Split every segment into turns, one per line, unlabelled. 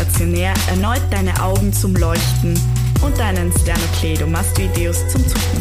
Aktionär erneut deine Augen zum Leuchten und deinen Sternocleido Mastoideus zum Zucken.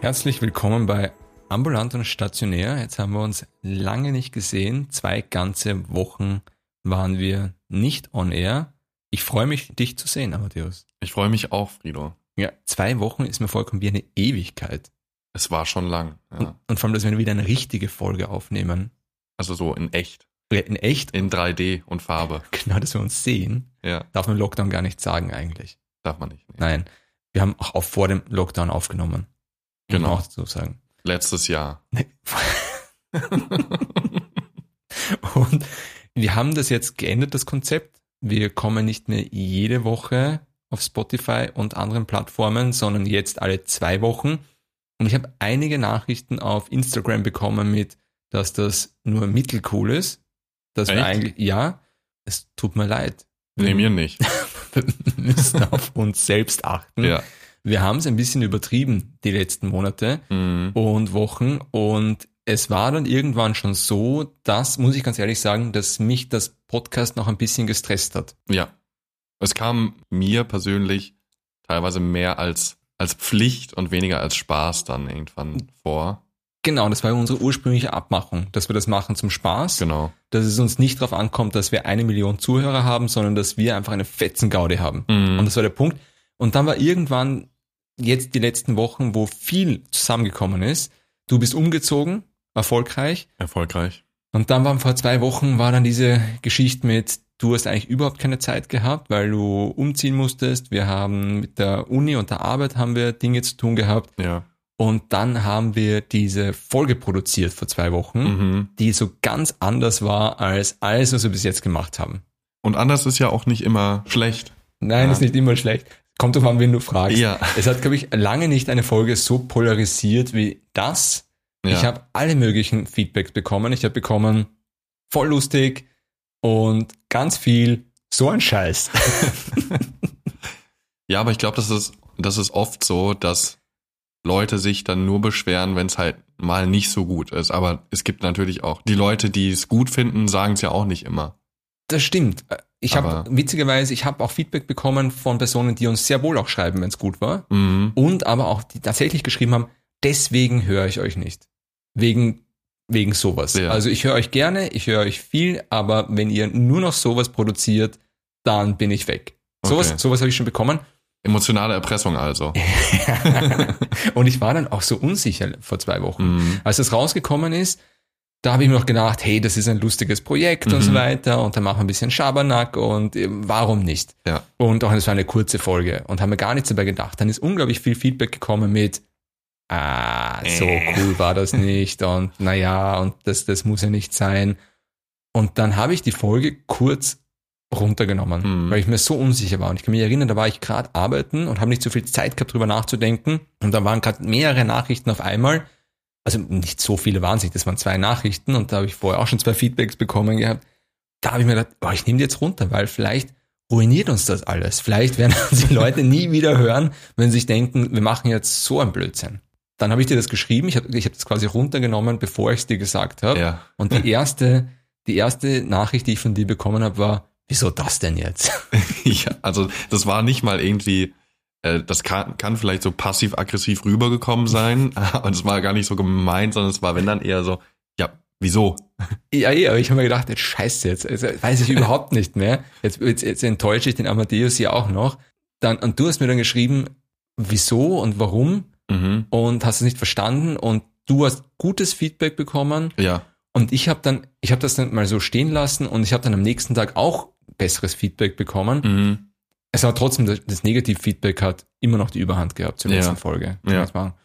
Herzlich willkommen bei Ambulant und Stationär. Jetzt haben wir uns lange nicht gesehen. Zwei ganze Wochen waren wir nicht on air. Ich freue mich, dich zu sehen, Amadeus.
Ich freue mich auch, Frido.
Ja, zwei Wochen ist mir vollkommen wie eine Ewigkeit.
Es war schon lang. Ja.
Und vor allem, dass wir wieder eine richtige Folge aufnehmen.
Also so in echt.
In echt,
In 3D und Farbe.
genau, dass wir uns sehen,
Ja,
darf man im Lockdown gar nicht sagen eigentlich.
darf man nicht. Nee.
Nein, wir haben auch, auch vor dem Lockdown aufgenommen. Muss man
Genau.
Auch dazu sagen.
Letztes Jahr.
Und wir haben das jetzt geändert, das Konzept. Wir kommen nicht mehr jede Woche auf Spotify und anderen Plattformen, sondern jetzt alle zwei Wochen. Und ich habe einige Nachrichten auf Instagram bekommen mit, dass das nur mittelcool ist. Dass wir
Echt?
eigentlich, ja, es tut mir leid.
Nee, mir nicht.
Wir müssen auf uns selbst achten.
Ja.
Wir haben es ein bisschen übertrieben die letzten Monate
Mhm.
und Wochen und es war dann irgendwann schon so, dass, muss ich ganz ehrlich sagen, dass mich das Podcast noch ein bisschen gestresst hat.
Ja. Es kam mir persönlich teilweise mehr als, als Pflicht und weniger als Spaß dann
Hm.
irgendwann vor.
Genau, das war ja unsere ursprüngliche Abmachung, dass wir das machen zum Spaß,
Genau.
dass es uns nicht darauf ankommt, dass wir eine Million Zuhörer haben, sondern dass wir einfach eine Fetzengaudi haben.
Mhm.
Und das war der Punkt. Und dann war irgendwann jetzt die letzten Wochen, wo viel zusammengekommen ist. Du bist umgezogen, erfolgreich.
Erfolgreich.
Und dann waren vor zwei Wochen war dann diese Geschichte mit, du hast eigentlich überhaupt keine Zeit gehabt, weil du umziehen musstest. Wir haben mit der Uni und der Arbeit haben wir Dinge zu tun gehabt.
Ja.
Und dann haben wir diese Folge produziert vor zwei Wochen,
Mhm.
die so ganz anders war als alles, was wir bis jetzt gemacht haben.
Und anders ist ja auch nicht immer schlecht.
Nein,
Ja.
ist nicht immer schlecht. Kommt drauf an, wen du fragst.
Ja.
Es hat, glaube ich, lange nicht eine Folge so polarisiert wie das. Ich habe alle möglichen Feedbacks bekommen. Ich habe bekommen, voll lustig und ganz viel, so ein Scheiß.
Ja, aber ich glaube, das ist, das ist oft so, dass Leute sich dann nur beschweren, wenn es halt mal nicht so gut ist. Aber es gibt natürlich auch die Leute, die es gut finden, sagen es ja auch nicht immer.
Das stimmt. Ich habe,
Aber-
witzigerweise, ich habe auch Feedback bekommen von Personen, die uns sehr wohl auch schreiben, wenn es gut war.
Mhm.
Und aber auch, die tatsächlich geschrieben haben, deswegen höre ich euch nicht. Wegen, wegen sowas.
Ja.
Also ich höre euch gerne, ich höre euch viel, aber wenn ihr nur noch sowas produziert, dann bin ich weg. Sowas,
Okay.
sowas habe ich schon bekommen.
Emotionale Erpressung also.
und ich war dann auch so unsicher vor zwei Wochen.
Mhm.
Als das rausgekommen ist, da habe ich mir noch gedacht, hey, das ist ein lustiges Projekt und
Mhm.
so weiter und dann machen wir ein bisschen Schabernack und ähm, warum nicht?
Ja.
Und auch das war eine kurze Folge und haben mir gar nichts dabei gedacht. Dann ist unglaublich viel Feedback gekommen mit, ah, so
Äh.
cool war das nicht und naja, und das, das muss ja nicht sein. Und dann habe ich die Folge kurz runtergenommen,
Mhm.
weil ich mir so unsicher war. Und ich kann mich erinnern, da war ich gerade arbeiten und habe nicht so viel Zeit gehabt, drüber nachzudenken. Und da waren gerade mehrere Nachrichten auf einmal also nicht so viele waren es nicht, das waren zwei Nachrichten und da habe ich vorher auch schon zwei Feedbacks bekommen gehabt. Da habe ich mir gedacht, oh, ich nehme die jetzt runter, weil vielleicht ruiniert uns das alles. Vielleicht werden uns die Leute nie wieder hören, wenn sie sich denken, wir machen jetzt so ein Blödsinn. Dann habe ich dir das geschrieben, ich habe ich hab das quasi runtergenommen, bevor ich es dir gesagt habe.
Ja.
Und die erste, die erste Nachricht, die ich von dir bekommen habe, war, wieso das denn jetzt?
ja. Also das war nicht mal irgendwie, äh, das kann, kann vielleicht so passiv-aggressiv rübergekommen sein. Und es war gar nicht so gemeint, sondern es war, wenn dann eher so, ja, wieso?
Ja, eh, aber ich habe mir gedacht, jetzt scheiße, jetzt, jetzt weiß ich überhaupt nicht mehr. Jetzt, jetzt, jetzt enttäusche ich den Amadeus hier auch noch. Dann, und du hast mir dann geschrieben, wieso und warum
Mhm.
und hast es nicht verstanden und du hast gutes Feedback bekommen
Ja.
und ich habe dann, ich habe das dann mal so stehen lassen und ich habe dann am nächsten Tag auch besseres Feedback bekommen.
Mhm.
Es hat trotzdem, das- das Negativ-Feedback hat immer noch die Überhand gehabt zur
Ja.
letzten Folge.
Ja.
Das war-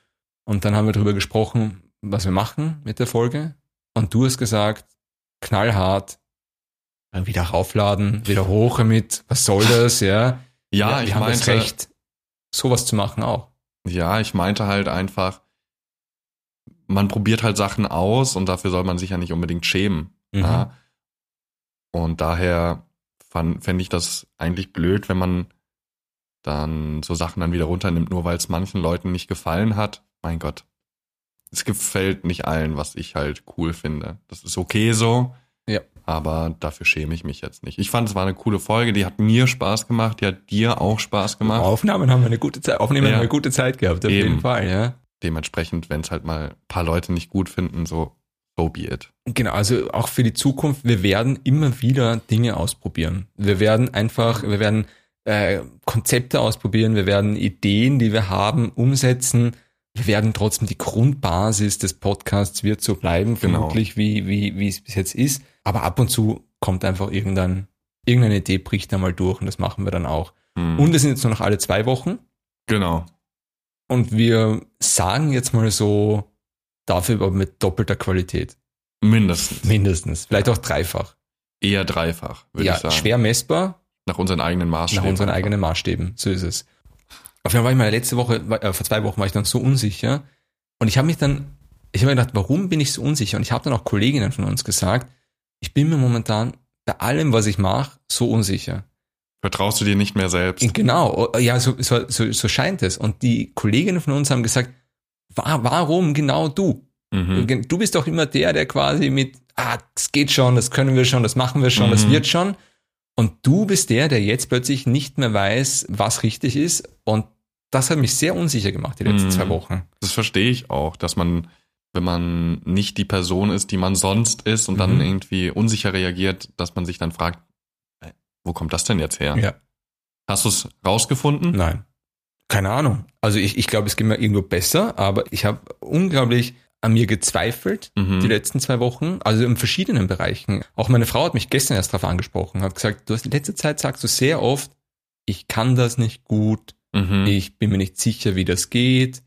Und dann haben wir darüber gesprochen, was wir machen mit der Folge. Und du hast gesagt, knallhart, dann wieder raufladen, wieder hoch damit, was soll das, ja?
Ja,
wir
ich
haben das
meinte,
Recht, sowas zu machen auch.
Ja, ich meinte halt einfach, man probiert halt Sachen aus und dafür soll man sich ja nicht unbedingt schämen.
Mhm.
Ja? Und daher fände ich das eigentlich blöd, wenn man dann so Sachen dann wieder runternimmt, nur weil es manchen Leuten nicht gefallen hat. Mein Gott. es gefällt nicht allen, was ich halt cool finde. Das ist okay so.
Ja.
Aber dafür schäme ich mich jetzt nicht. Ich fand, es war eine coole Folge, die hat mir Spaß gemacht, die hat dir auch Spaß gemacht.
Aufnahmen haben wir eine gute Zeit, Aufnehmen
Ja.
haben wir eine gute Zeit gehabt, auf
Eben.
jeden Fall, ja.
Dementsprechend, wenn es halt mal ein paar Leute nicht gut finden, so, so be it.
Genau, also auch für die Zukunft, wir werden immer wieder Dinge ausprobieren. Wir werden einfach, wir werden äh, Konzepte ausprobieren, wir werden Ideen, die wir haben, umsetzen. Wir werden trotzdem die Grundbasis des Podcasts wird so bleiben,
Genau.
vermutlich, wie, wie, wie es bis jetzt ist. Aber ab und zu kommt einfach irgendein, irgendeine Idee bricht einmal durch und das machen wir dann auch.
Hm.
Und es sind jetzt nur noch alle zwei Wochen.
genau.
Und wir sagen jetzt mal so, dafür aber mit doppelter Qualität.
Mindestens.
Mindestens. Vielleicht auch dreifach.
Eher dreifach, würde
ja,
ich sagen.
schwer messbar
Nach unseren eigenen
nach
Maßstäben.
unseren eigenen Maßstäben. So ist es. Auf jeden Fall war ich mal letzte Woche, war- äh, vor zwei Wochen war ich dann so unsicher. Und ich habe mich dann, ich habe mir gedacht, warum bin ich so unsicher? Und ich habe dann auch Kolleginnen von uns gesagt, ich bin mir momentan bei allem, was ich mache, so unsicher.
Vertraust du dir nicht mehr selbst?
Genau, ja, so, so, so, so scheint es. Und die Kolleginnen von uns haben gesagt, wa- warum genau du?
Mhm.
Du bist doch immer der, der quasi mit, ah, es geht schon, das können wir schon, das machen wir schon, das
Mhm.
wird schon. Und du bist der, der jetzt plötzlich nicht mehr weiß, was richtig ist. Und das hat mich sehr unsicher gemacht die letzten
Mhm.
zwei Wochen.
Das verstehe ich auch, dass man, wenn man nicht die Person ist, die man sonst ist und dann
Mhm.
irgendwie unsicher reagiert, dass man sich dann fragt, äh, wo kommt das denn jetzt her? Hast du es rausgefunden?
Nein. Keine Ahnung. Also ich, ich glaube, es geht mir irgendwo besser, aber ich habe unglaublich an mir gezweifelt
Mhm.
die letzten zwei Wochen, also in verschiedenen Bereichen. Auch meine Frau hat mich gestern erst darauf angesprochen, hat gesagt, du hast in letzter Zeit sagst du sehr oft, ich kann das nicht gut,
Mhm.
Ich bin mir nicht sicher, wie das geht.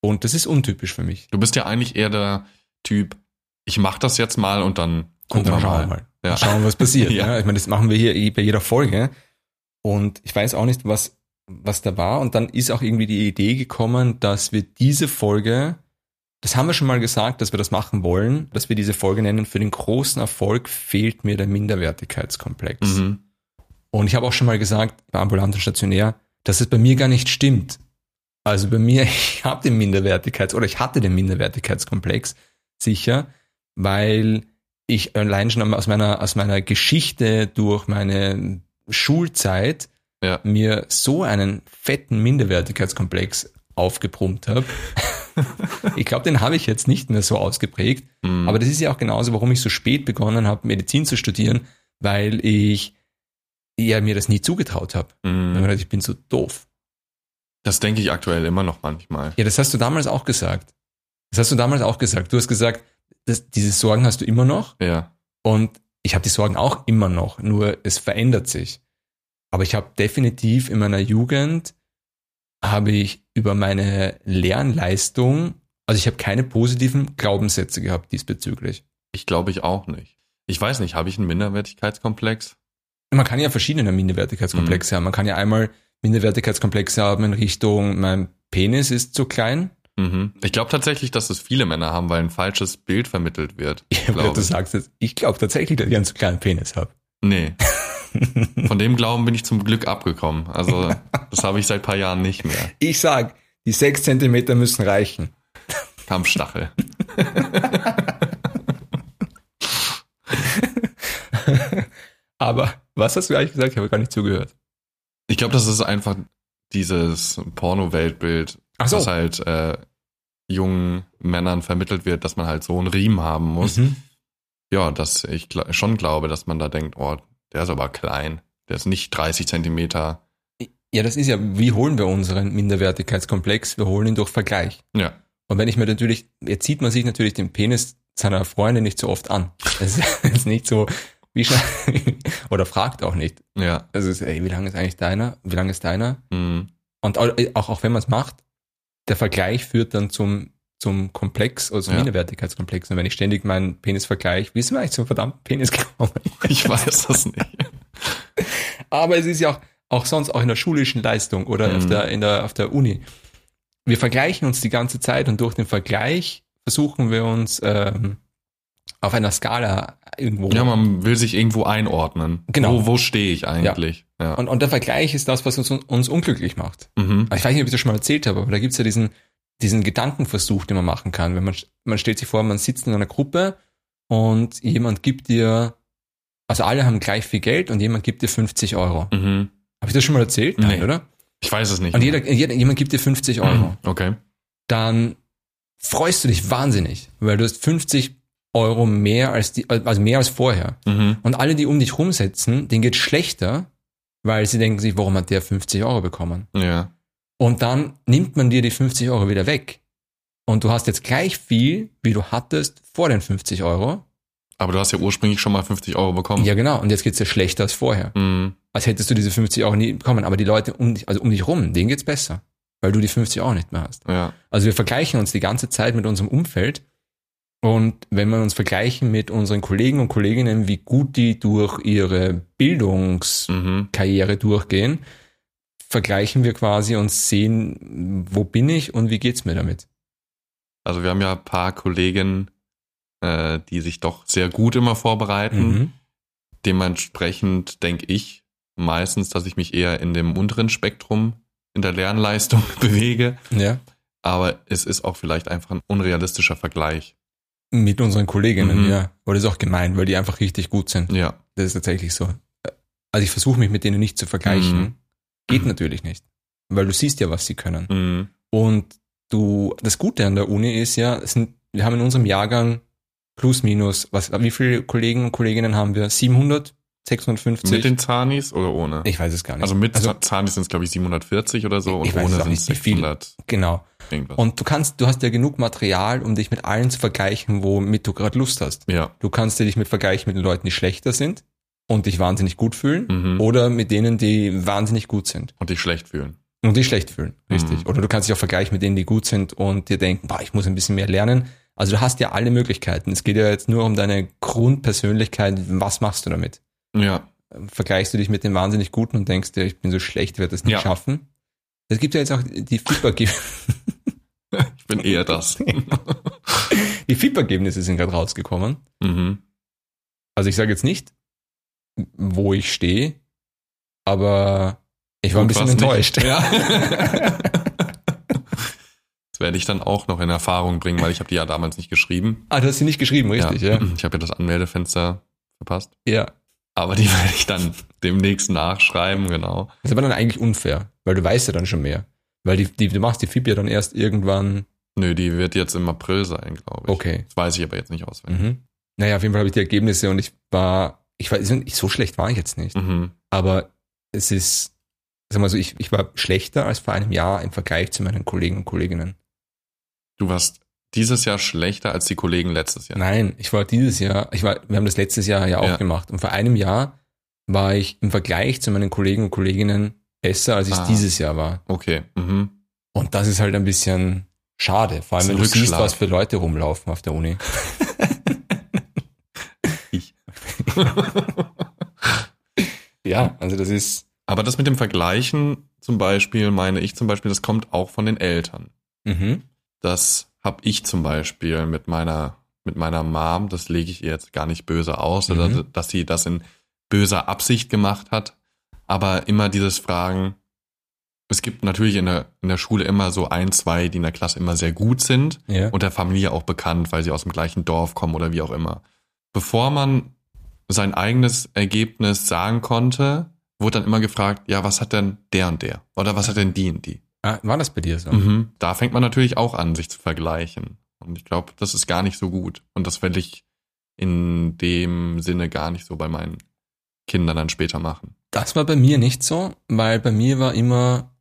Und das ist untypisch für mich.
Du bist ja eigentlich eher der Typ, ich mach das jetzt mal und dann gucken wir mal.
Ja.
Ja.
Dann schauen wir, was passiert.
Ja.
ja. Ich meine, das machen wir hier eh bei jeder Folge. Und ich weiß auch nicht, was, was da war. Und dann ist auch irgendwie die Idee gekommen, dass wir diese Folge, das haben wir schon mal gesagt, dass wir das machen wollen, dass wir diese Folge nennen, für den großen Erfolg fehlt mir der Minderwertigkeitskomplex.
Mhm.
Und ich habe auch schon mal gesagt, bei ambulant und stationär, dass es bei mir gar nicht stimmt. Also bei mir, ich habe den Minderwertigkeits- oder ich hatte den Minderwertigkeitskomplex sicher, weil ich allein schon aus meiner, aus meiner Geschichte durch meine Schulzeit
Ja.
mir so einen fetten Minderwertigkeitskomplex aufgebrummt habe. ich glaube, den habe ich jetzt nicht mehr so ausgeprägt.
Mhm.
Aber das ist ja auch genauso, warum ich so spät begonnen habe, Medizin zu studieren, weil ich ja mir das nie zugetraut habe. Ich
Mhm.
habe Ich bin so doof.
Das denke ich aktuell immer noch manchmal.
Ja, das hast du damals auch gesagt. Das hast du damals auch gesagt. Du hast gesagt, das, diese Sorgen hast du immer noch
Ja.
und ich habe die Sorgen auch immer noch, nur es verändert sich. Aber ich habe definitiv in meiner Jugend habe ich über meine Lernleistung, also ich habe keine positiven Glaubenssätze gehabt diesbezüglich.
Ich glaube ich auch nicht. Ich weiß nicht, habe ich einen Minderwertigkeitskomplex?
Man kann ja verschiedene Minderwertigkeitskomplexe haben. Man kann ja einmal Minderwertigkeitskomplexe haben in Richtung, mein Penis ist zu klein.
Mhm. Ich glaube tatsächlich, dass es viele Männer haben, weil ein falsches Bild vermittelt wird.
Ich
Glaube
glaube, du
ich.
sagst jetzt, ich glaube tatsächlich, dass ich einen zu kleinen Penis habe.
Nee. Von dem Glauben bin ich zum Glück abgekommen. Also, das habe ich seit paar Jahren nicht mehr.
Ich sag, die sechs Zentimeter müssen reichen.
Kampfstachel.
Aber was hast du eigentlich gesagt? Ich habe gar nicht zugehört.
Ich glaube, das ist einfach dieses Porno-Weltbild,
Ach
was halt äh, jungen Männern vermittelt wird, dass man halt so einen Riemen haben muss.
Mhm.
Ja, dass ich gl schon glaube, dass man da denkt, oh, der ist aber klein. Der ist nicht 30 Zentimeter.
Ja, das ist ja, wie holen wir unseren Minderwertigkeitskomplex? Wir holen ihn durch Vergleich.
Ja.
Und wenn ich mir natürlich, jetzt sieht man sich natürlich den Penis seiner Freundin nicht so oft an. Das ist jetzt nicht so, wie schon, oder fragt auch nicht.
Ja.
Also es ist, ey, wie lang ist eigentlich deiner? Wie lang ist deiner?
Mhm.
Und au- äh, auch, auch wenn man es macht, der Vergleich führt dann zum, zum Komplex, also zum
Ja.
Minderwertigkeitskomplex. Und wenn ich ständig meinen Penis vergleiche, wie ist man eigentlich zum verdammten Penis gekommen?
Ich weiß das nicht.
Aber es ist ja auch, auch sonst, auch in der schulischen Leistung oder auf,
Mhm.
der, in der, auf der Uni. Wir vergleichen uns die ganze Zeit und durch den Vergleich versuchen wir uns ähm, auf einer Skala irgendwo
Ja, man will sich irgendwo einordnen.
Genau.
Wo, wo stehe ich eigentlich? Ja.
und, und der Vergleich ist das, was uns, uns unglücklich macht.
Mhm.
Ah, Also ich weiß nicht, ob ich das schon mal erzählt habe, aber da gibt's ja diesen, diesen Gedankenversuch, den man machen kann. Wenn man, man stellt sich vor, man sitzt in einer Gruppe und jemand gibt dir, also alle haben gleich viel Geld und jemand gibt dir 50 Euro.
Mhm.
Habe ich das schon mal erzählt? Nein,
Nee.
oder?
Ich Mhm. weiß es nicht.
Und jeder, jeder, jemand gibt dir 50 Euro.
Okay.
Dann freust du dich wahnsinnig, weil du hast 50 Euro mehr als die, also mehr als vorher.
Mhm.
Und alle, die um dich rumsitzen, denen geht's schlechter, weil sie denken sich, warum hat der 50 Euro bekommen?
Ja.
Und dann nimmt man dir die 50 Euro wieder weg. Und du hast jetzt gleich viel, wie du hattest vor den 50 Euro.
Aber du hast ja ursprünglich schon mal 50 Euro bekommen.
Ja, genau. Und jetzt geht's dir schlechter als vorher.
Mhm.
Als hättest du diese 50 Euro nie bekommen. Aber die Leute um dich, also um dich rum, denen geht's besser. Weil du die 50 Euro nicht mehr hast.
Ja.
Also wir vergleichen uns die ganze Zeit mit unserem Umfeld. Und wenn wir uns vergleichen mit unseren Kollegen und Kolleginnen, wie gut die durch ihre Bildungs,
Mhm.
Karriere durchgehen, vergleichen wir quasi und sehen, wo bin ich und wie geht's mir damit.
Also wir haben ja ein paar Kollegen, äh, die sich doch sehr gut immer vorbereiten.
Mhm.
Dementsprechend denke ich meistens, dass ich mich eher in dem unteren Spektrum in der Lernleistung bewege.
Mhm. Ja,
Aber es ist auch vielleicht einfach ein unrealistischer Vergleich.
mit unseren Kolleginnen,
Mhm.
ja. Aber das ist auch gemein, weil die einfach richtig gut sind.
Ja.
Das ist tatsächlich so. Also ich versuche mich mit denen nicht zu vergleichen.
Mhm.
Geht natürlich nicht. Weil du siehst ja, was sie können.
Mhm.
Und du, das Gute an der Uni ist ja, es sind, wir haben in unserem Jahrgang plus minus, was, wie viele Kollegen und Kolleginnen haben wir? 700? 650?
Mit den Zanis oder ohne?
Also ich weiß es gar nicht.
also mit Zanis sind es, glaube ich, 740 oder so
Ich weiß
und
es
ohne
auch
sind
nicht,
es
wie viel.
600
genau.
irgendwas.
Und du kannst, du hast ja genug Material, um dich mit allen zu vergleichen, womit du gerade Lust hast.
ja.
Du kannst dich mit vergleichen mit den Leuten, die schlechter sind und dich wahnsinnig gut fühlen
Mhm.
oder mit denen, die wahnsinnig gut sind
Und dich schlecht fühlen.
und dich schlecht fühlen. Richtig.
Mhm.
Oder du kannst dich auch vergleichen mit denen, die gut sind und dir denken, boah, ich muss ein bisschen mehr lernen. Also du hast ja alle Möglichkeiten. Es geht ja jetzt nur um deine Grundpersönlichkeit. Was machst du damit?
Ja.
vergleichst du dich mit den wahnsinnig Guten und denkst dir, ich bin so schlecht, werde das nicht
Ja.
schaffen. Es gibt ja jetzt auch die Feedback-
Ich bin eher das.
die Feedback-Ergebnisse sind gerade rausgekommen.
mhm.
Also ich sage jetzt nicht, wo ich stehe, aber ich war ein
Gut
bisschen
war's
enttäuscht.
Nicht. Ja. das werde ich dann auch noch in Erfahrung bringen, weil ich habe die ja damals nicht geschrieben.
Ah, du hast sie nicht geschrieben, richtig, ja.
Ich habe ja Mhm. das Anmeldefenster verpasst.
Ja.
Aber die werde ich dann demnächst nachschreiben, genau.
Das ist aber dann eigentlich unfair, weil du weißt ja dann schon mehr. Weil die, die, du machst die FIB ja dann erst irgendwann.
Nö, die wird jetzt im April sein, glaube ich.
Okay.
Das weiß ich aber jetzt nicht auswendig.
Mhm. Naja, auf jeden Fall habe ich die Ergebnisse und ich war, ich war, so schlecht war ich jetzt nicht.
Mhm.
Aber es ist, sag mal so, ich, ich war schlechter als vor einem Jahr im Vergleich zu meinen Kollegen und Kolleginnen.
Du warst dieses Jahr schlechter als die Kollegen letztes Jahr.
Nein, ich war dieses Jahr, ich war, wir haben das letztes Jahr ja auch
Ja.
gemacht. Und vor einem Jahr war ich im Vergleich zu meinen Kollegen und Kolleginnen besser, als ich
Ah.
dieses Jahr war.
Okay. Mhm.
Und das ist halt ein bisschen schade, vor allem
Das ist
wenn
ein
du siehst,
Rückschlag.
was für Leute rumlaufen auf der Uni.
Ich.
Ja, also das ist.
aber das mit dem Vergleichen zum Beispiel, meine ich zum Beispiel, das kommt auch von den Eltern.
Mhm.
Das habe ich zum Beispiel mit meiner, mit meiner Mom, das lege ich ihr jetzt gar nicht böse aus,
Mhm.
oder dass sie das in böser Absicht gemacht hat. Aber immer dieses Fragen, es gibt natürlich in der, in der Schule immer so ein, zwei, die in der Klasse immer sehr gut sind
Ja.
und der Familie auch bekannt, weil sie aus dem gleichen Dorf kommen oder wie auch immer. Bevor man sein eigenes Ergebnis sagen konnte, wurde dann immer gefragt, ja, was hat denn der und der? Oder was hat denn die und die?
ah, war das bei dir so?
Mhm. Da fängt man natürlich auch an, sich zu vergleichen. Und ich glaube, das ist gar nicht so gut. Und das werde ich in dem Sinne gar nicht so bei meinen Kindern dann später machen.
Das war bei mir nicht so, weil bei mir war immer,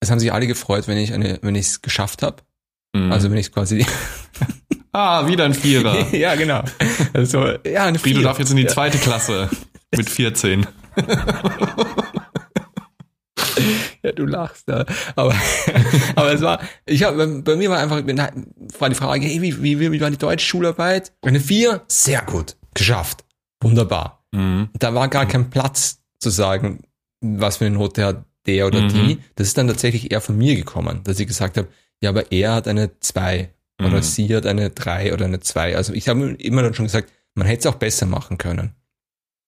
es haben sich alle gefreut, wenn ich eine, wenn ich es geschafft habe.
Mhm.
Also wenn ich quasi
ah, wieder ein Vierer.
ja, genau. Also, ja, eine
Fried, du
Vier.
darfst jetzt in die zweite Klasse mit 14.
Ja, du lachst da. Aber, aber es war, ich hab, bei mir war einfach, war die Frage, hey, wie, wie, wie war die Deutschschularbeit? Eine Vier? Sehr gut. Geschafft. Wunderbar.
Mhm.
Da war gar kein Platz zu sagen, was für eine Note hat der oder
Mhm.
die. Das ist dann tatsächlich eher von mir gekommen, dass ich gesagt habe, ja, aber er hat eine Zwei oder
Mhm.
sie hat eine Drei oder eine Zwei. Also ich habe immer dann schon gesagt, man hätte es auch besser machen können.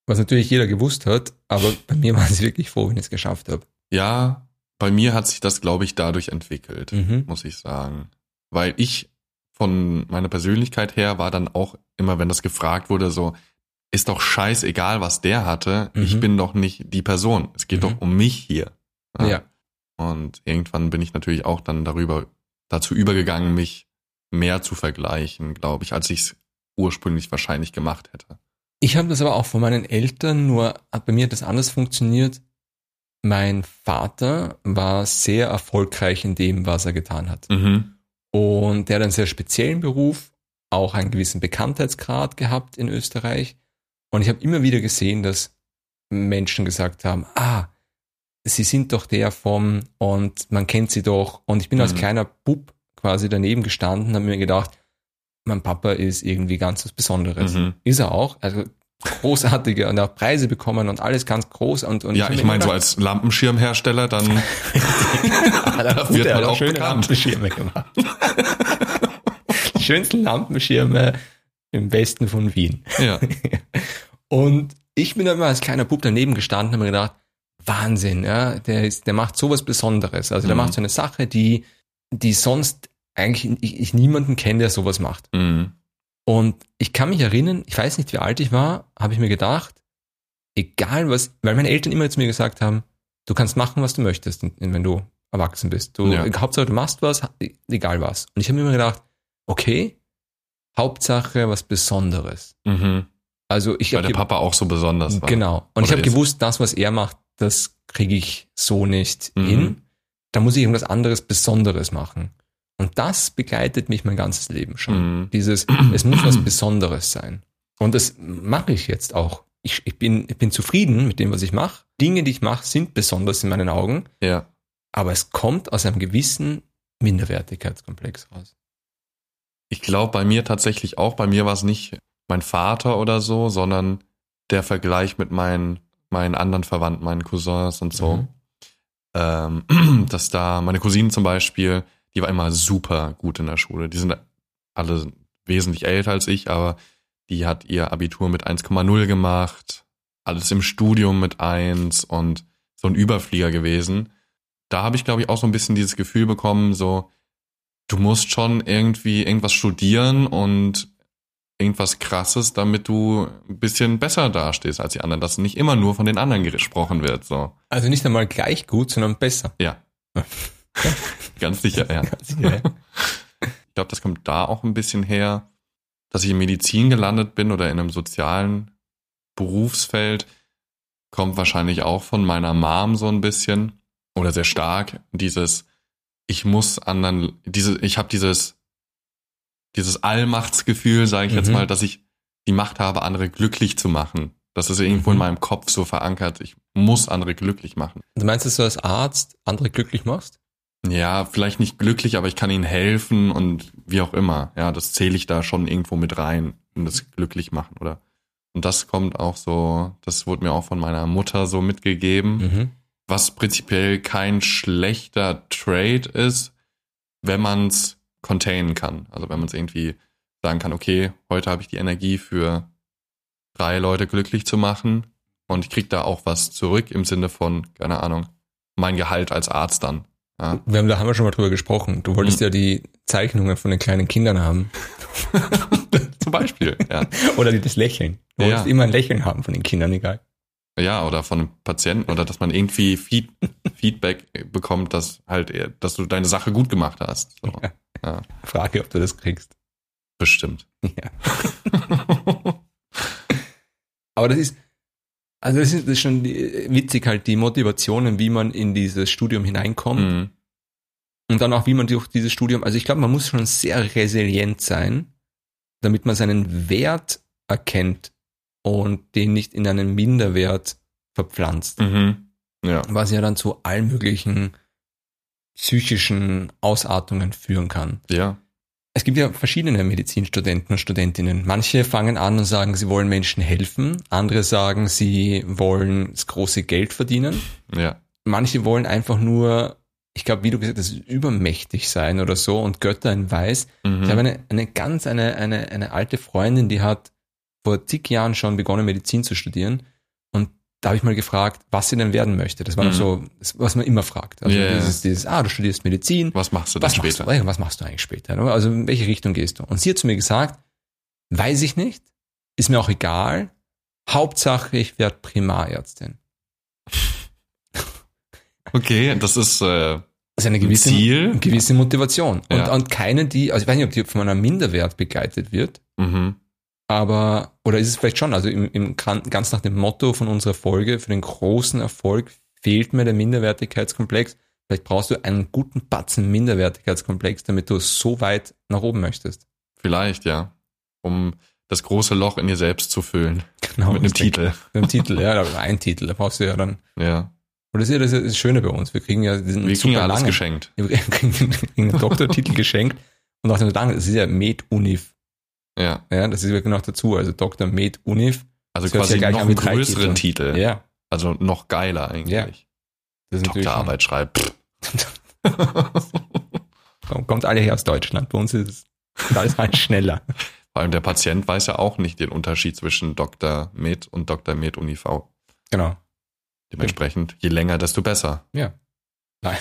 Was natürlich jeder gewusst hat, aber bei mir waren sie wirklich froh, wenn ich es geschafft habe. Mhm.
Ja, bei mir hat sich das, glaube ich, dadurch entwickelt, muss ich sagen. weil ich von meiner Persönlichkeit her war dann auch immer, wenn das gefragt wurde, so, ist doch scheißegal, was der hatte.
Mhm.
Ich bin doch nicht die Person. Es
Mhm.
geht doch um mich hier.
Ja.
Und irgendwann bin ich natürlich auch dann darüber, dazu übergegangen, mich mehr zu vergleichen, glaube ich, als ich es ursprünglich wahrscheinlich gemacht hätte.
Ich habe das aber auch von meinen Eltern, nur hat bei mir das anders funktioniert. Mein Vater war sehr erfolgreich in dem, was er getan hat.
Mhm.
Und der hat einen sehr speziellen Beruf, auch einen gewissen Bekanntheitsgrad gehabt in Österreich. Und ich habe immer wieder gesehen, dass Menschen gesagt haben, ah, sie sind doch der vom und man kennt sie doch. Und ich bin als
Mhm.
kleiner Bub quasi daneben gestanden, habe mir gedacht, mein Papa ist irgendwie ganz was Besonderes.
Mhm.
Ist er auch. Also großartige und auch Preise bekommen und alles ganz groß. Und, und
Ja,
hab
ich
mir
meine, so
gedacht,
als Lampenschirmhersteller, dann
Da
wird
er
man
hat
auch
schöne
bekannt.
Lampenschirme gemacht. Die schönsten Lampenschirme im Westen von Wien.
ja.
Und ich bin da immer als kleiner Bub daneben gestanden und mir gedacht, Wahnsinn, ja, der, ist, der macht sowas Besonderes. Also der
Mhm.
macht so eine Sache, die, die sonst eigentlich ich, ich niemanden kenne, der sowas macht.
Mhm.
Und ich kann mich erinnern, ich weiß nicht, wie alt ich war, habe ich mir gedacht, egal was, weil meine Eltern immer zu mir gesagt haben, du kannst machen, was du möchtest, wenn du erwachsen bist. Du,
Ja.
Hauptsache, du machst was, e, egal was. Und ich habe mir immer gedacht, okay, Hauptsache was Besonderes.
Mhm.
Also ich
Weil
hab
der
ge-
Papa auch so besonders war.
Genau. Und ich
Oder
habe
ist-
gewusst, das, was er macht, das kriege ich so nicht
Mhm.
hin. Da muss ich irgendwas anderes Besonderes machen. Und das begleitet mich mein ganzes Leben schon.
Mhm.
Dieses, es muss was Besonderes sein. Und das mache ich jetzt auch. Ich, ich, bin, ich bin zufrieden mit dem, was ich mache. Dinge, die ich mache, sind besonders in meinen Augen,
Ja.
aber es kommt aus einem gewissen Minderwertigkeitskomplex raus.
Ich glaube bei mir tatsächlich auch, bei mir war es nicht mein Vater oder so, sondern der Vergleich mit meinen, meinen anderen Verwandten, meinen Cousins und so.
Mhm.
Ähm, dass da meine Cousinen zum Beispiel, die war immer super gut in der Schule. Die sind alle wesentlich älter als ich, aber die hat ihr Abitur mit 1,0 gemacht, alles im Studium mit 1 und so ein Überflieger gewesen. Da habe ich, glaube ich, auch so ein bisschen dieses Gefühl bekommen, so, du musst schon irgendwie irgendwas studieren und irgendwas Krasses, damit du ein bisschen besser dastehst als die anderen, dass nicht immer nur von den anderen gesprochen wird. So,
Also nicht einmal gleich gut, sondern besser.
ja. Ganz sicher, ja.
sicher, ja.
Ich glaube, das kommt da auch ein bisschen her, dass ich in Medizin gelandet bin oder in einem sozialen Berufsfeld, kommt wahrscheinlich auch von meiner Mom so ein bisschen oder sehr stark dieses ich muss anderen diese ich habe dieses dieses Allmachtsgefühl, sage ich jetzt
Mhm.
mal, dass ich die Macht habe, andere glücklich zu machen. Das ist irgendwo in
Mhm.
meinem Kopf so verankert. Ich muss andere glücklich machen.
Du meinst, dass du als Arzt andere glücklich machst?
Ja, vielleicht nicht glücklich, aber ich kann ihnen helfen und wie auch immer. Ja, das zähle ich da schon irgendwo mit rein und das glücklich machen, oder? Und das kommt auch so, das wurde mir auch von meiner Mutter so mitgegeben,
Mhm.
was prinzipiell kein schlechter Trade ist, wenn man es containen kann. Also wenn man es irgendwie sagen kann, okay, heute habe ich die Energie für drei Leute glücklich zu machen und ich krieg da auch was zurück im Sinne von, keine Ahnung, mein Gehalt als Arzt dann. Ja.
Wir haben, da haben wir schon mal drüber gesprochen. Du wolltest
Mhm.
ja die Zeichnungen von den kleinen Kindern haben.
Zum Beispiel, ja.
Oder die das Lächeln. Du wolltest
Ja.
immer ein Lächeln haben von den Kindern, egal.
Ja, oder von einem Patienten oder dass man irgendwie Feed Feedback bekommt, dass halt, er- dass du deine Sache gut gemacht hast. So.
Ja. Frage, ob du das kriegst.
Bestimmt.
Ja. Aber das ist, also das ist, das ist schon die- witzig halt, die Motivationen, wie man in dieses Studium hineinkommt
Mhm.
und dann auch, wie man durch dieses Studium, also ich glaube, man muss schon sehr resilient sein, damit man seinen Wert erkennt und den nicht in einen Minderwert verpflanzt.
Mhm. Ja.
was ja dann zu allen möglichen psychischen Ausartungen führen kann.
Ja.
Es gibt ja verschiedene Medizinstudenten und Studentinnen. Manche fangen an und sagen, sie wollen Menschen helfen. Andere sagen, sie wollen das große Geld verdienen.
Ja.
Manche wollen einfach nur, ich glaube, wie du gesagt hast, übermächtig sein oder so und Götter in Weiß.
Mhm.
Ich habe eine, eine ganz, eine, eine, eine alte Freundin, die hat vor zig Jahren schon begonnen, Medizin zu studieren. Und da habe ich mal gefragt, was sie denn werden möchte. Das war noch
Mhm.
so, das, was man immer fragt. Also
Ja, ja.
dieses, dieses, ah, du studierst Medizin,
Was machst du denn
was machst,
später?
du, ja, was machst du eigentlich später? Also in welche Richtung gehst du? Und sie hat zu mir gesagt, weiß ich nicht, ist mir auch egal, Hauptsache ich werde Primarärztin.
Okay, das ist äh,
Also eine
ein
gewisse,
Ziel.
eine gewisse Motivation. Und,
Ja.
und keine, die, also ich weiß nicht, ob die von einer Minderwert begleitet wird,
Mhm.
aber, oder ist es vielleicht schon, also im, im, Gran- ganz nach dem Motto von unserer Folge, für den großen Erfolg fehlt mir der Minderwertigkeitskomplex. Vielleicht brauchst du einen guten Batzen Minderwertigkeitskomplex, damit du so weit nach oben möchtest.
Vielleicht, ja. Um das große Loch in dir selbst zu füllen.
Genau.
mit einem Titel.
Mit einem Titel, ja, aber ein Titel, da brauchst du ja dann.
Ja.
Und das ist ja das, ist das Schöne bei uns. Wir kriegen ja diesen
Wir kriegen ja alles
langen-
geschenkt.
Wir kriegen den- kriegen den Doktortitel geschenkt und auch den langen, das ist ja Med Unif.
Ja.
Ja, das ist wirklich noch dazu. Also Dr. Med Unif.
Also
Das hört sich
quasi
ja gleich
noch
an
einen
wie drei
größeren
Ja.
Titel. Also noch geiler eigentlich.
Ja. Das ist natürlich-
Doktorarbeit schreiben.
Kommt- Kommt alle her aus Deutschland. Bei uns ist es ist alles halt schneller.
Vor allem der Patient weiß ja auch nicht den Unterschied zwischen Dr. Med und Dr. Med Univ.
Genau.
Dementsprechend, je länger, desto besser.
Ja. Nein.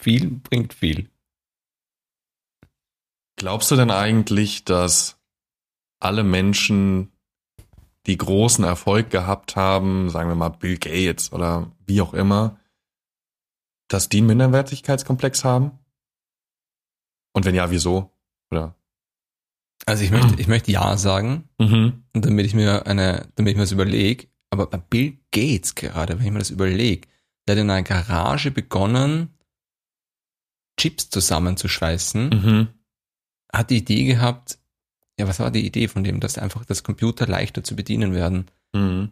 viel bringt viel.
Glaubst du denn eigentlich, dass alle Menschen, die großen Erfolg gehabt haben, sagen wir mal Bill Gates oder wie auch immer, dass die einen Minderwertigkeitskomplex haben? Und wenn ja, wieso? Oder?
Also ich möchte, ich möchte Ja sagen,
Mhm.
und damit ich mir eine, damit ich mir das überlege. Aber bei Bill Gates gerade, wenn ich mir das überlege, der hat in einer Garage begonnen, Chips zusammenzuschweißen.
Mhm.
hat die Idee gehabt, ja, was war die Idee von dem, dass einfach das Computer leichter zu bedienen werden?
Mhm.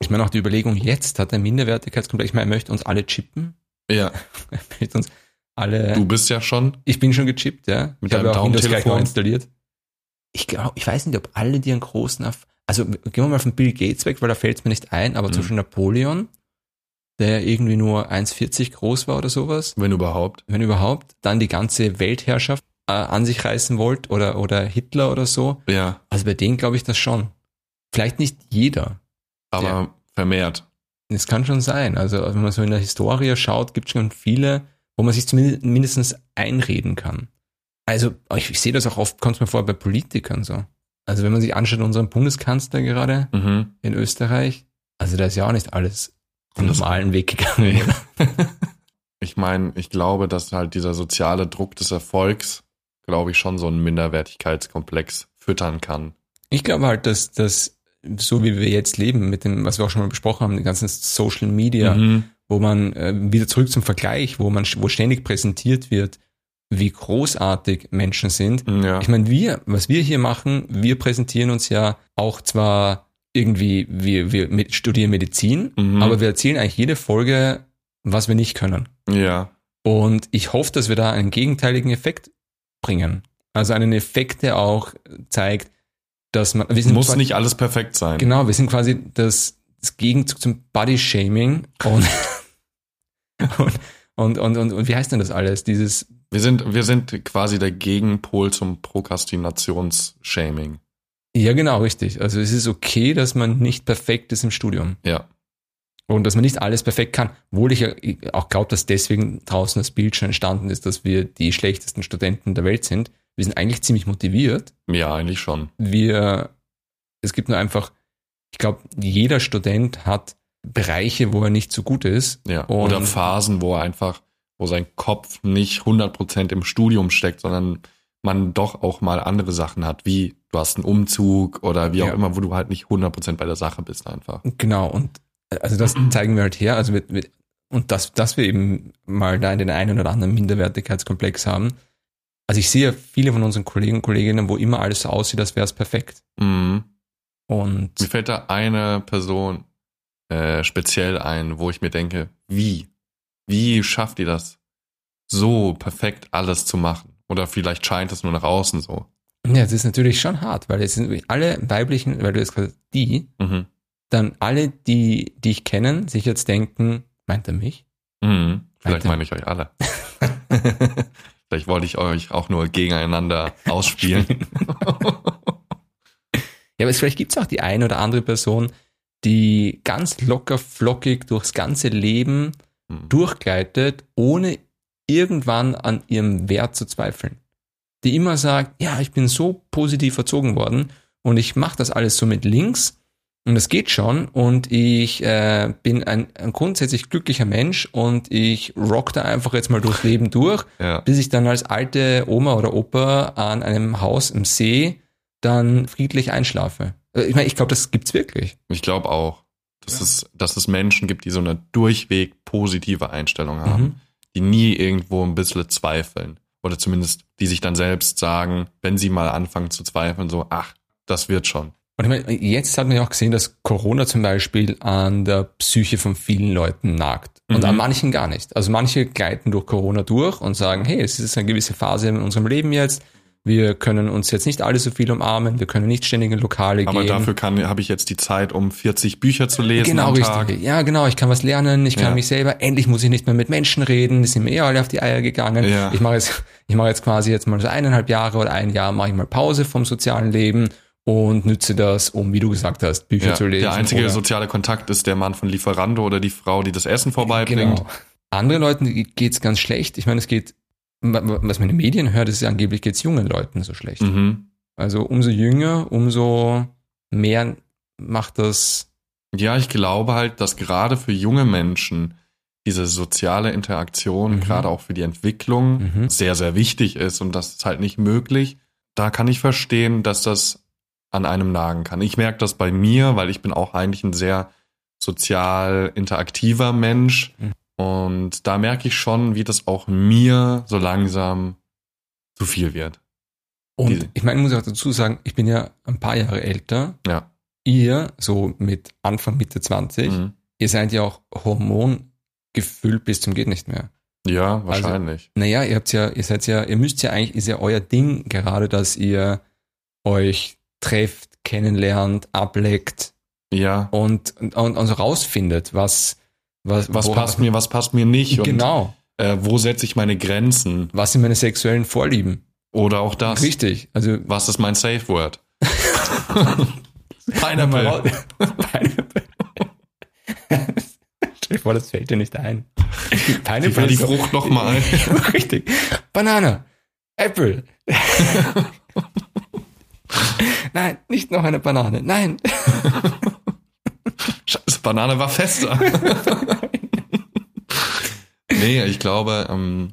Ich meine auch die Überlegung, jetzt hat er Minderwertigkeitskomplex, ich meine, er möchte uns alle chippen,
Ja,
er möchte uns alle,
du bist ja schon.
ich bin schon gechippt, ja.
Mit
ich habe
deinem
ja auch Windows gleich
Daumentelefon.
neu installiert. Ich glaube, ich weiß nicht, ob alle, die einen großen, Erf also gehen wir mal von Bill Gates weg, weil da fällt es mir nicht ein, aber
Mhm.
zum Beispiel Napoleon, der irgendwie nur 1,40 groß war oder sowas,
Wenn überhaupt.
wenn überhaupt, dann die ganze Weltherrschaft äh, an sich reißen wollte oder, oder Hitler oder so,
Ja,
Also bei denen glaube ich das schon. Vielleicht nicht jeder.
aber
Ja.
vermehrt.
Es kann schon sein. Also wenn man so in der Historie schaut, gibt es schon viele, wo man sich zumindest mindestens einreden kann. Also ich, ich sehe das auch oft, kommt es mir vor, bei Politikern so. Also wenn man sich anschaut, unseren Bundeskanzler gerade
Mhm.
in Österreich, also da ist ja auch nicht alles den
Und das-
normalen Weg gegangen.
Nee.
oder?
ich meine, ich glaube, dass halt dieser soziale Druck des Erfolgs, glaube ich, schon so einen Minderwertigkeitskomplex füttern kann.
Ich glaube halt, dass das, so wie wir jetzt leben, mit dem, was wir auch schon mal besprochen haben, den ganzen Social Media,
Mhm.
wo man äh, wieder zurück zum Vergleich, wo man sch- wo ständig präsentiert wird, wie großartig Menschen sind.
Ja.
Ich meine, wir, was wir hier machen, wir präsentieren uns ja auch zwar irgendwie, wir, wir mit, studieren Medizin,
Mhm.
aber wir erzählen eigentlich jede Folge, was wir nicht können.
ja.
Und ich hoffe, dass wir da einen gegenteiligen Effekt bringen. Also einen Effekt, der auch zeigt, dass man, wir sind
Muss
zwar-
nicht alles perfekt sein.
Genau, wir sind quasi das, das Gegenzug zum Body-Shaming und, und, und, und, und, und wie heißt denn das alles? Dieses,
Wir sind, wir sind quasi der Gegenpol zum Prokrastinationsshaming.
ja genau, richtig. Also es ist okay, dass man nicht perfekt ist im Studium
Ja.
und dass man nicht alles perfekt kann. Obwohl ich ja auch glaube, dass deswegen draußen das Bild schon entstanden ist, dass wir die schlechtesten Studenten der Welt sind. Wir sind eigentlich ziemlich motiviert.
Ja, eigentlich schon.
wir, es gibt nur einfach, ich glaube, jeder Student hat Bereiche, wo er nicht so gut ist.
Ja.
Und-
Oder Phasen, wo er einfach, wo sein Kopf nicht 100% im Studium steckt, sondern man doch auch mal andere Sachen hat, wie du hast einen Umzug oder wie auch
Ja.
immer, wo du halt nicht 100% bei der Sache bist einfach.
Genau, und also das zeigen wir halt her. Also wir, wir, und dass, dass wir eben mal da den einen oder anderen Minderwertigkeitskomplex haben. Also ich sehe ja viele von unseren Kollegen und Kolleginnen, wo immer alles so aussieht, als wäre es perfekt.
Mhm.
Und
Mir fällt da eine Person äh, speziell ein, wo ich mir denke, wie? Wie schafft ihr das, so perfekt alles zu machen? Oder vielleicht scheint es nur nach außen so.
ja, das ist natürlich schon hart, weil es sind alle weiblichen, weil du jetzt gerade die,
Mhm.
dann alle, die dich kennen, sich jetzt denken, meint er mich?
Mhm. Vielleicht
Alter.
meine ich euch alle. vielleicht wollte ich euch auch nur gegeneinander ausspielen.
Ja, aber es, vielleicht gibt es auch die eine oder andere Person, die ganz locker flockig durchs ganze Leben
Hm.
durchgleitet, ohne irgendwann an ihrem Wert zu zweifeln. Die immer sagt, ja, ich bin so positiv erzogen worden und ich mache das alles so mit links und das geht schon und ich äh, bin ein, ein grundsätzlich glücklicher Mensch und ich rock da einfach jetzt mal durchs Leben durch,
Ja.
bis ich dann als alte Oma oder Opa an einem Haus im See dann friedlich einschlafe. Äh, Ich meine, ich glaube, das gibt's wirklich.
Ich glaube auch, dass, es, dass es Menschen gibt, die so eine durchweg positive Einstellung haben,
Mhm.
die nie irgendwo ein bisschen zweifeln. Oder zumindest, die sich dann selbst sagen, wenn sie mal anfangen zu zweifeln, so, ach, das wird schon.
Und ich meine, jetzt hat man ja auch gesehen, dass Corona zum Beispiel an der Psyche von vielen Leuten nagt. Und
Mhm.
an manchen gar nicht. Also manche gleiten durch Corona durch und sagen, hey, es ist eine gewisse Phase in unserem Leben jetzt. Wir können uns jetzt nicht alle so viel umarmen. Wir können nicht ständig in Lokale
Aber
gehen.
dafür kann habe ich jetzt die Zeit, um 40 Bücher zu lesen
genau,
am
richtig.
Tag.
Ja, genau. Ich kann was lernen. Ich kann
Ja.
mich selber. Endlich muss ich nicht mehr mit Menschen reden. Die sind mir eh alle auf die Eier gegangen.
Ja.
Ich mache jetzt, ich mache jetzt quasi jetzt mal so eineinhalb Jahre oder ein Jahr mache ich mal Pause vom sozialen Leben und nütze das, um, wie du gesagt hast, Bücher
Ja,
zu lesen.
der einzige
oder-
soziale Kontakt ist der Mann von Lieferando oder die Frau, die das Essen vorbeibringt.
Genau. Anderen Leuten geht's ganz schlecht. Ich meine, es geht, wa- wa- was man in den Medien hört, ist ja angeblich geht's jungen Leuten so schlecht.
Mhm.
Also umso jünger, umso mehr macht das.
Ja, ich glaube halt, dass gerade für junge Menschen diese soziale Interaktion,
Mhm.
gerade auch für die Entwicklung,
Mhm.
sehr, sehr wichtig ist und das ist halt nicht möglich. Da kann ich verstehen, dass das an einem nagen kann. Ich merke das bei mir, weil ich bin auch eigentlich ein sehr sozial interaktiver Mensch
Mhm.
und da merke ich schon, wie das auch mir so langsam zu viel wird.
Und
Diese-
ich meine, ich muss auch dazu sagen, ich bin ja ein paar Jahre älter.
Ja.
Ihr, so mit Anfang, Mitte 20,
Mhm.
ihr seid ja auch hormongefüllt bis zum geht nicht mehr.
Ja,
Also
wahrscheinlich.
Naja, ihr habt ja, ihr seid ja, ihr müsst ja eigentlich, ist ja euer Ding gerade, dass ihr euch trefft, kennenlernt, ableckt,
ja.
und, und, und also rausfindet, was, was,
Was
wo-
passt mir, was passt mir nicht
Genau.
und äh, wo setze ich meine Grenzen
Was sind meine sexuellen Vorlieben?
oder auch das.
Richtig. Also,
Was ist mein Safe Word?
Pineapple.
Pineapple.
Stell dir vor, das fällt dir nicht ein.
Wie war
Pineapple
die
ist so-
Frucht nochmal?
Richtig. Banane. Apple. Nein, nicht noch eine Banane. Nein.
Scheiße, Banane war fester. nee, ich glaube, ähm,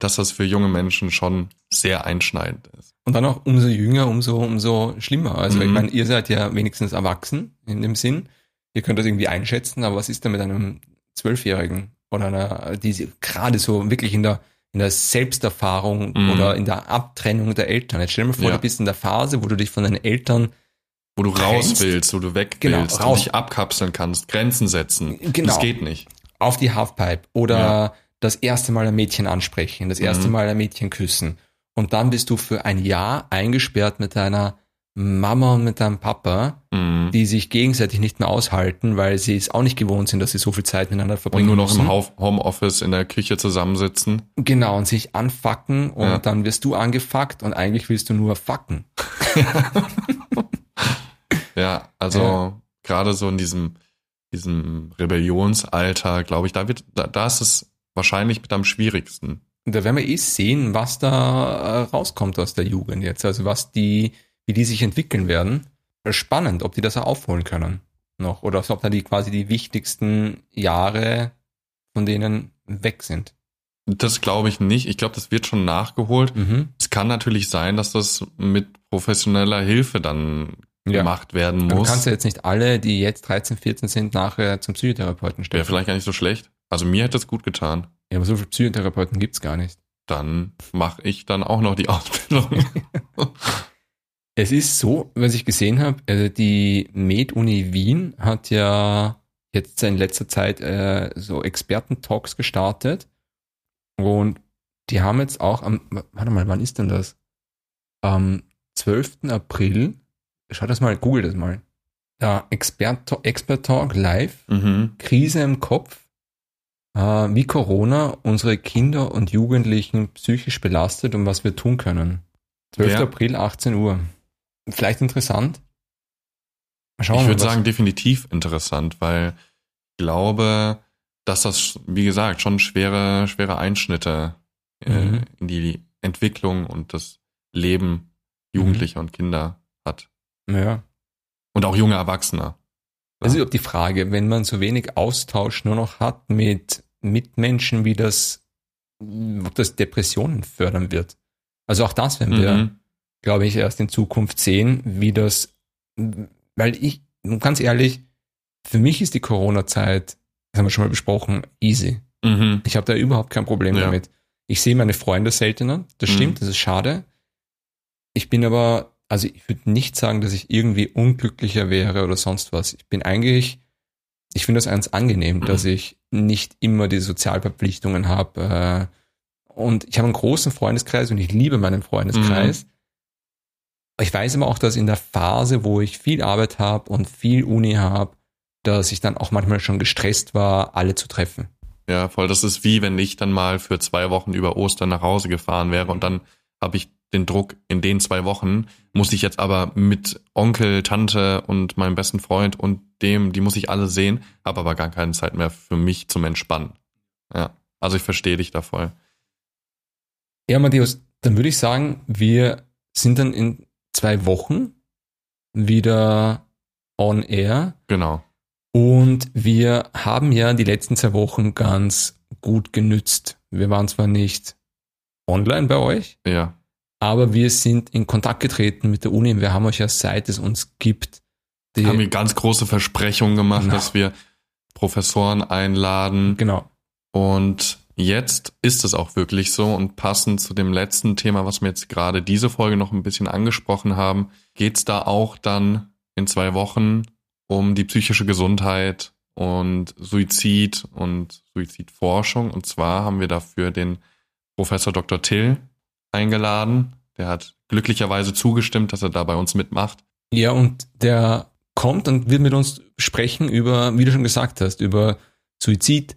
dass das für junge Menschen schon sehr einschneidend ist.
Und dann auch umso jünger, umso, umso schlimmer. Also ich
Mhm.
meine, ihr seid ja wenigstens erwachsen in dem Sinn. Ihr könnt das irgendwie einschätzen, aber was ist denn mit einem Zwölfjährigen oder einer, die sie- gerade so wirklich in der, in der Selbsterfahrung
Mhm.
oder in der Abtrennung der Eltern. Jetzt stell dir mal vor,
Ja.
du bist in der Phase, wo du dich von deinen Eltern
Wo du raus
Grenzt-
willst, wo du weg
Genau,
willst,
raus.
und dich abkapseln kannst, Grenzen setzen.
Genau.
Das geht nicht.
auf die Halfpipe oder
Ja.
das erste Mal ein Mädchen ansprechen, das erste
Mhm.
Mal ein Mädchen küssen. Und dann bist du für ein Jahr eingesperrt mit deiner Mama und mit deinem Papa,
Mhm.
die sich gegenseitig nicht mehr aushalten, weil sie es auch nicht gewohnt sind, dass sie so viel Zeit miteinander
Und
verbringen.
nur noch im
müssen.
Hauf- Homeoffice in der Küche zusammensitzen.
Genau, und sich anfacken und
Ja.
dann wirst du angefuckt und eigentlich willst du nur fucken.
Ja, also
Ja.
gerade so in diesem, diesem Rebellionsalter, glaube ich, da wird, da, da ist es wahrscheinlich mit am schwierigsten.
Und da werden wir eh sehen, was da äh, rauskommt aus der Jugend jetzt, also was die, wie die sich entwickeln werden. Spannend, ob die das auch aufholen können noch oder ob da die quasi die wichtigsten Jahre von denen weg sind.
Das glaube ich nicht. Ich glaube, das wird schon nachgeholt.
Mhm.
Es kann natürlich sein, dass das mit professioneller Hilfe dann
Ja.
gemacht werden
Du
muss.
kannst ja jetzt nicht alle, die jetzt 13, 14 sind, nachher zum Psychotherapeuten
Wäre
stellen.
vielleicht gar nicht so schlecht. Also mir hätte es gut getan.
Ja, aber so viele Psychotherapeuten gibt's gar nicht.
Dann mache ich dann auch noch die Ausbildung.
Es ist so, was ich gesehen habe, also die Med-Uni Wien hat ja jetzt in letzter Zeit äh, so Experten-Talks gestartet und die haben jetzt auch am, warte mal, wann ist denn das? Am 12. April, schau das mal, google das mal, da Expert-Talk Expert -Talk live
mhm.
Krise im Kopf, äh, wie Corona unsere Kinder und Jugendlichen psychisch belastet und was wir tun können. 12.
Ja.
April, 18 Uhr. Vielleicht interessant. Mal schauen,
Ich würde
was-
sagen, definitiv interessant, weil ich glaube, dass das, wie gesagt, schon schwere, schwere Einschnitte äh,
Mhm.
in die Entwicklung und das Leben Jugendlicher und Kinder hat.
Ja.
Und auch junge Erwachsene.
Das ist überhaupt die Frage, wenn man so wenig Austausch nur noch hat mit Mitmenschen, wie das, ob das Depressionen fördern wird. Also auch das werden wir,
Mhm.
glaube ich, erst in Zukunft sehen, wie das, weil ich, ganz ehrlich, für mich ist die Corona-Zeit, das haben wir schon mal besprochen, easy.
Mhm.
Ich habe da überhaupt kein Problem
Ja.
damit. Ich sehe meine Freunde seltener, das
Mhm.
stimmt, das ist schade. Ich bin aber, also ich würde nicht sagen, dass ich irgendwie unglücklicher wäre oder sonst was. Ich bin eigentlich, ich finde das ganz angenehm, dass
Mhm.
ich nicht immer die Sozialverpflichtungen habe. Äh, und ich habe einen großen Freundeskreis und ich liebe meinen Freundeskreis.
Mhm.
Ich weiß aber auch, dass in der Phase, wo ich viel Arbeit habe und viel Uni habe, dass ich dann auch manchmal schon gestresst war, alle zu treffen.
Ja, voll. Das ist wie, wenn ich dann mal für zwei Wochen über Ostern nach Hause gefahren wäre und dann habe ich den Druck, in den zwei Wochen muss ich jetzt aber mit Onkel, Tante und meinem besten Freund und dem, die muss ich alle sehen, habe aber gar keine Zeit mehr für mich zum Entspannen. Ja, also ich verstehe dich da voll.
Ja, Matthäus, dann würde ich sagen, wir sind dann in zwei Wochen wieder on air
Genau.
und wir haben ja die letzten zwei Wochen ganz gut genützt. Wir waren zwar nicht online bei euch,
Ja,
aber wir sind in Kontakt getreten mit der Uni und wir haben euch ja seit es uns gibt, die,
haben wir ganz große Versprechungen gemacht,
Genau.
dass wir Professoren einladen.
genau,
Und jetzt ist es auch wirklich so und passend zu dem letzten Thema, was wir jetzt gerade diese Folge noch ein bisschen angesprochen haben, geht's da auch dann in zwei Wochen um die psychische Gesundheit und Suizid und Suizidforschung. Und zwar haben wir dafür den Professor Dr. Till eingeladen. Der hat glücklicherweise zugestimmt, dass er da bei uns mitmacht.
Ja, und der kommt und wird mit uns sprechen über, wie du schon gesagt hast, über Suizid,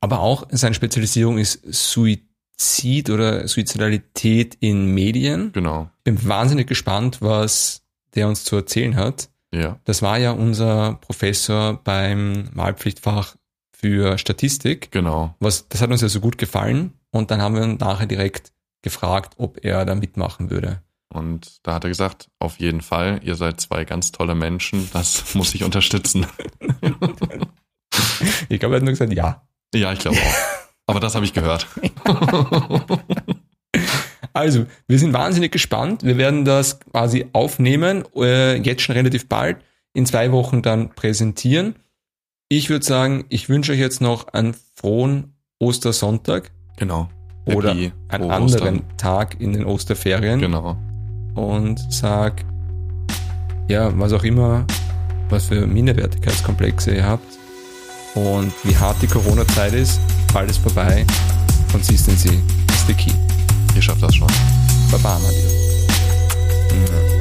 aber auch seine Spezialisierung ist Suizid oder Suizidalität in Medien.
Genau.
Bin wahnsinnig gespannt, was der uns zu erzählen hat.
Ja.
Das war ja unser Professor beim Wahlpflichtfach für Statistik.
Genau.
Was, das hat uns ja so gut gefallen. Und dann haben wir ihn nachher direkt gefragt, ob er da mitmachen würde.
Und da hat er gesagt, auf jeden Fall, ihr seid zwei ganz tolle Menschen, das muss ich unterstützen.
Ich glaube, er hat nur gesagt, ja.
Ja, ich glaube auch. Aber das habe ich gehört.
Also, wir sind wahnsinnig gespannt. Wir werden das quasi aufnehmen, äh, jetzt schon relativ bald, in zwei Wochen dann präsentieren. Ich würde sagen, ich wünsche euch jetzt noch einen frohen Ostersonntag
Genau.
oder
Happy
einen
Ostern.
anderen Tag in den Osterferien
Genau.
und sag, ja, was auch immer, was für Minderwertigkeitskomplexe ihr habt und wie hart die Corona-Zeit ist, bald ist vorbei. Consistency is the key.
Ihr schafft das schon.
Baba, Matthias. Mhm.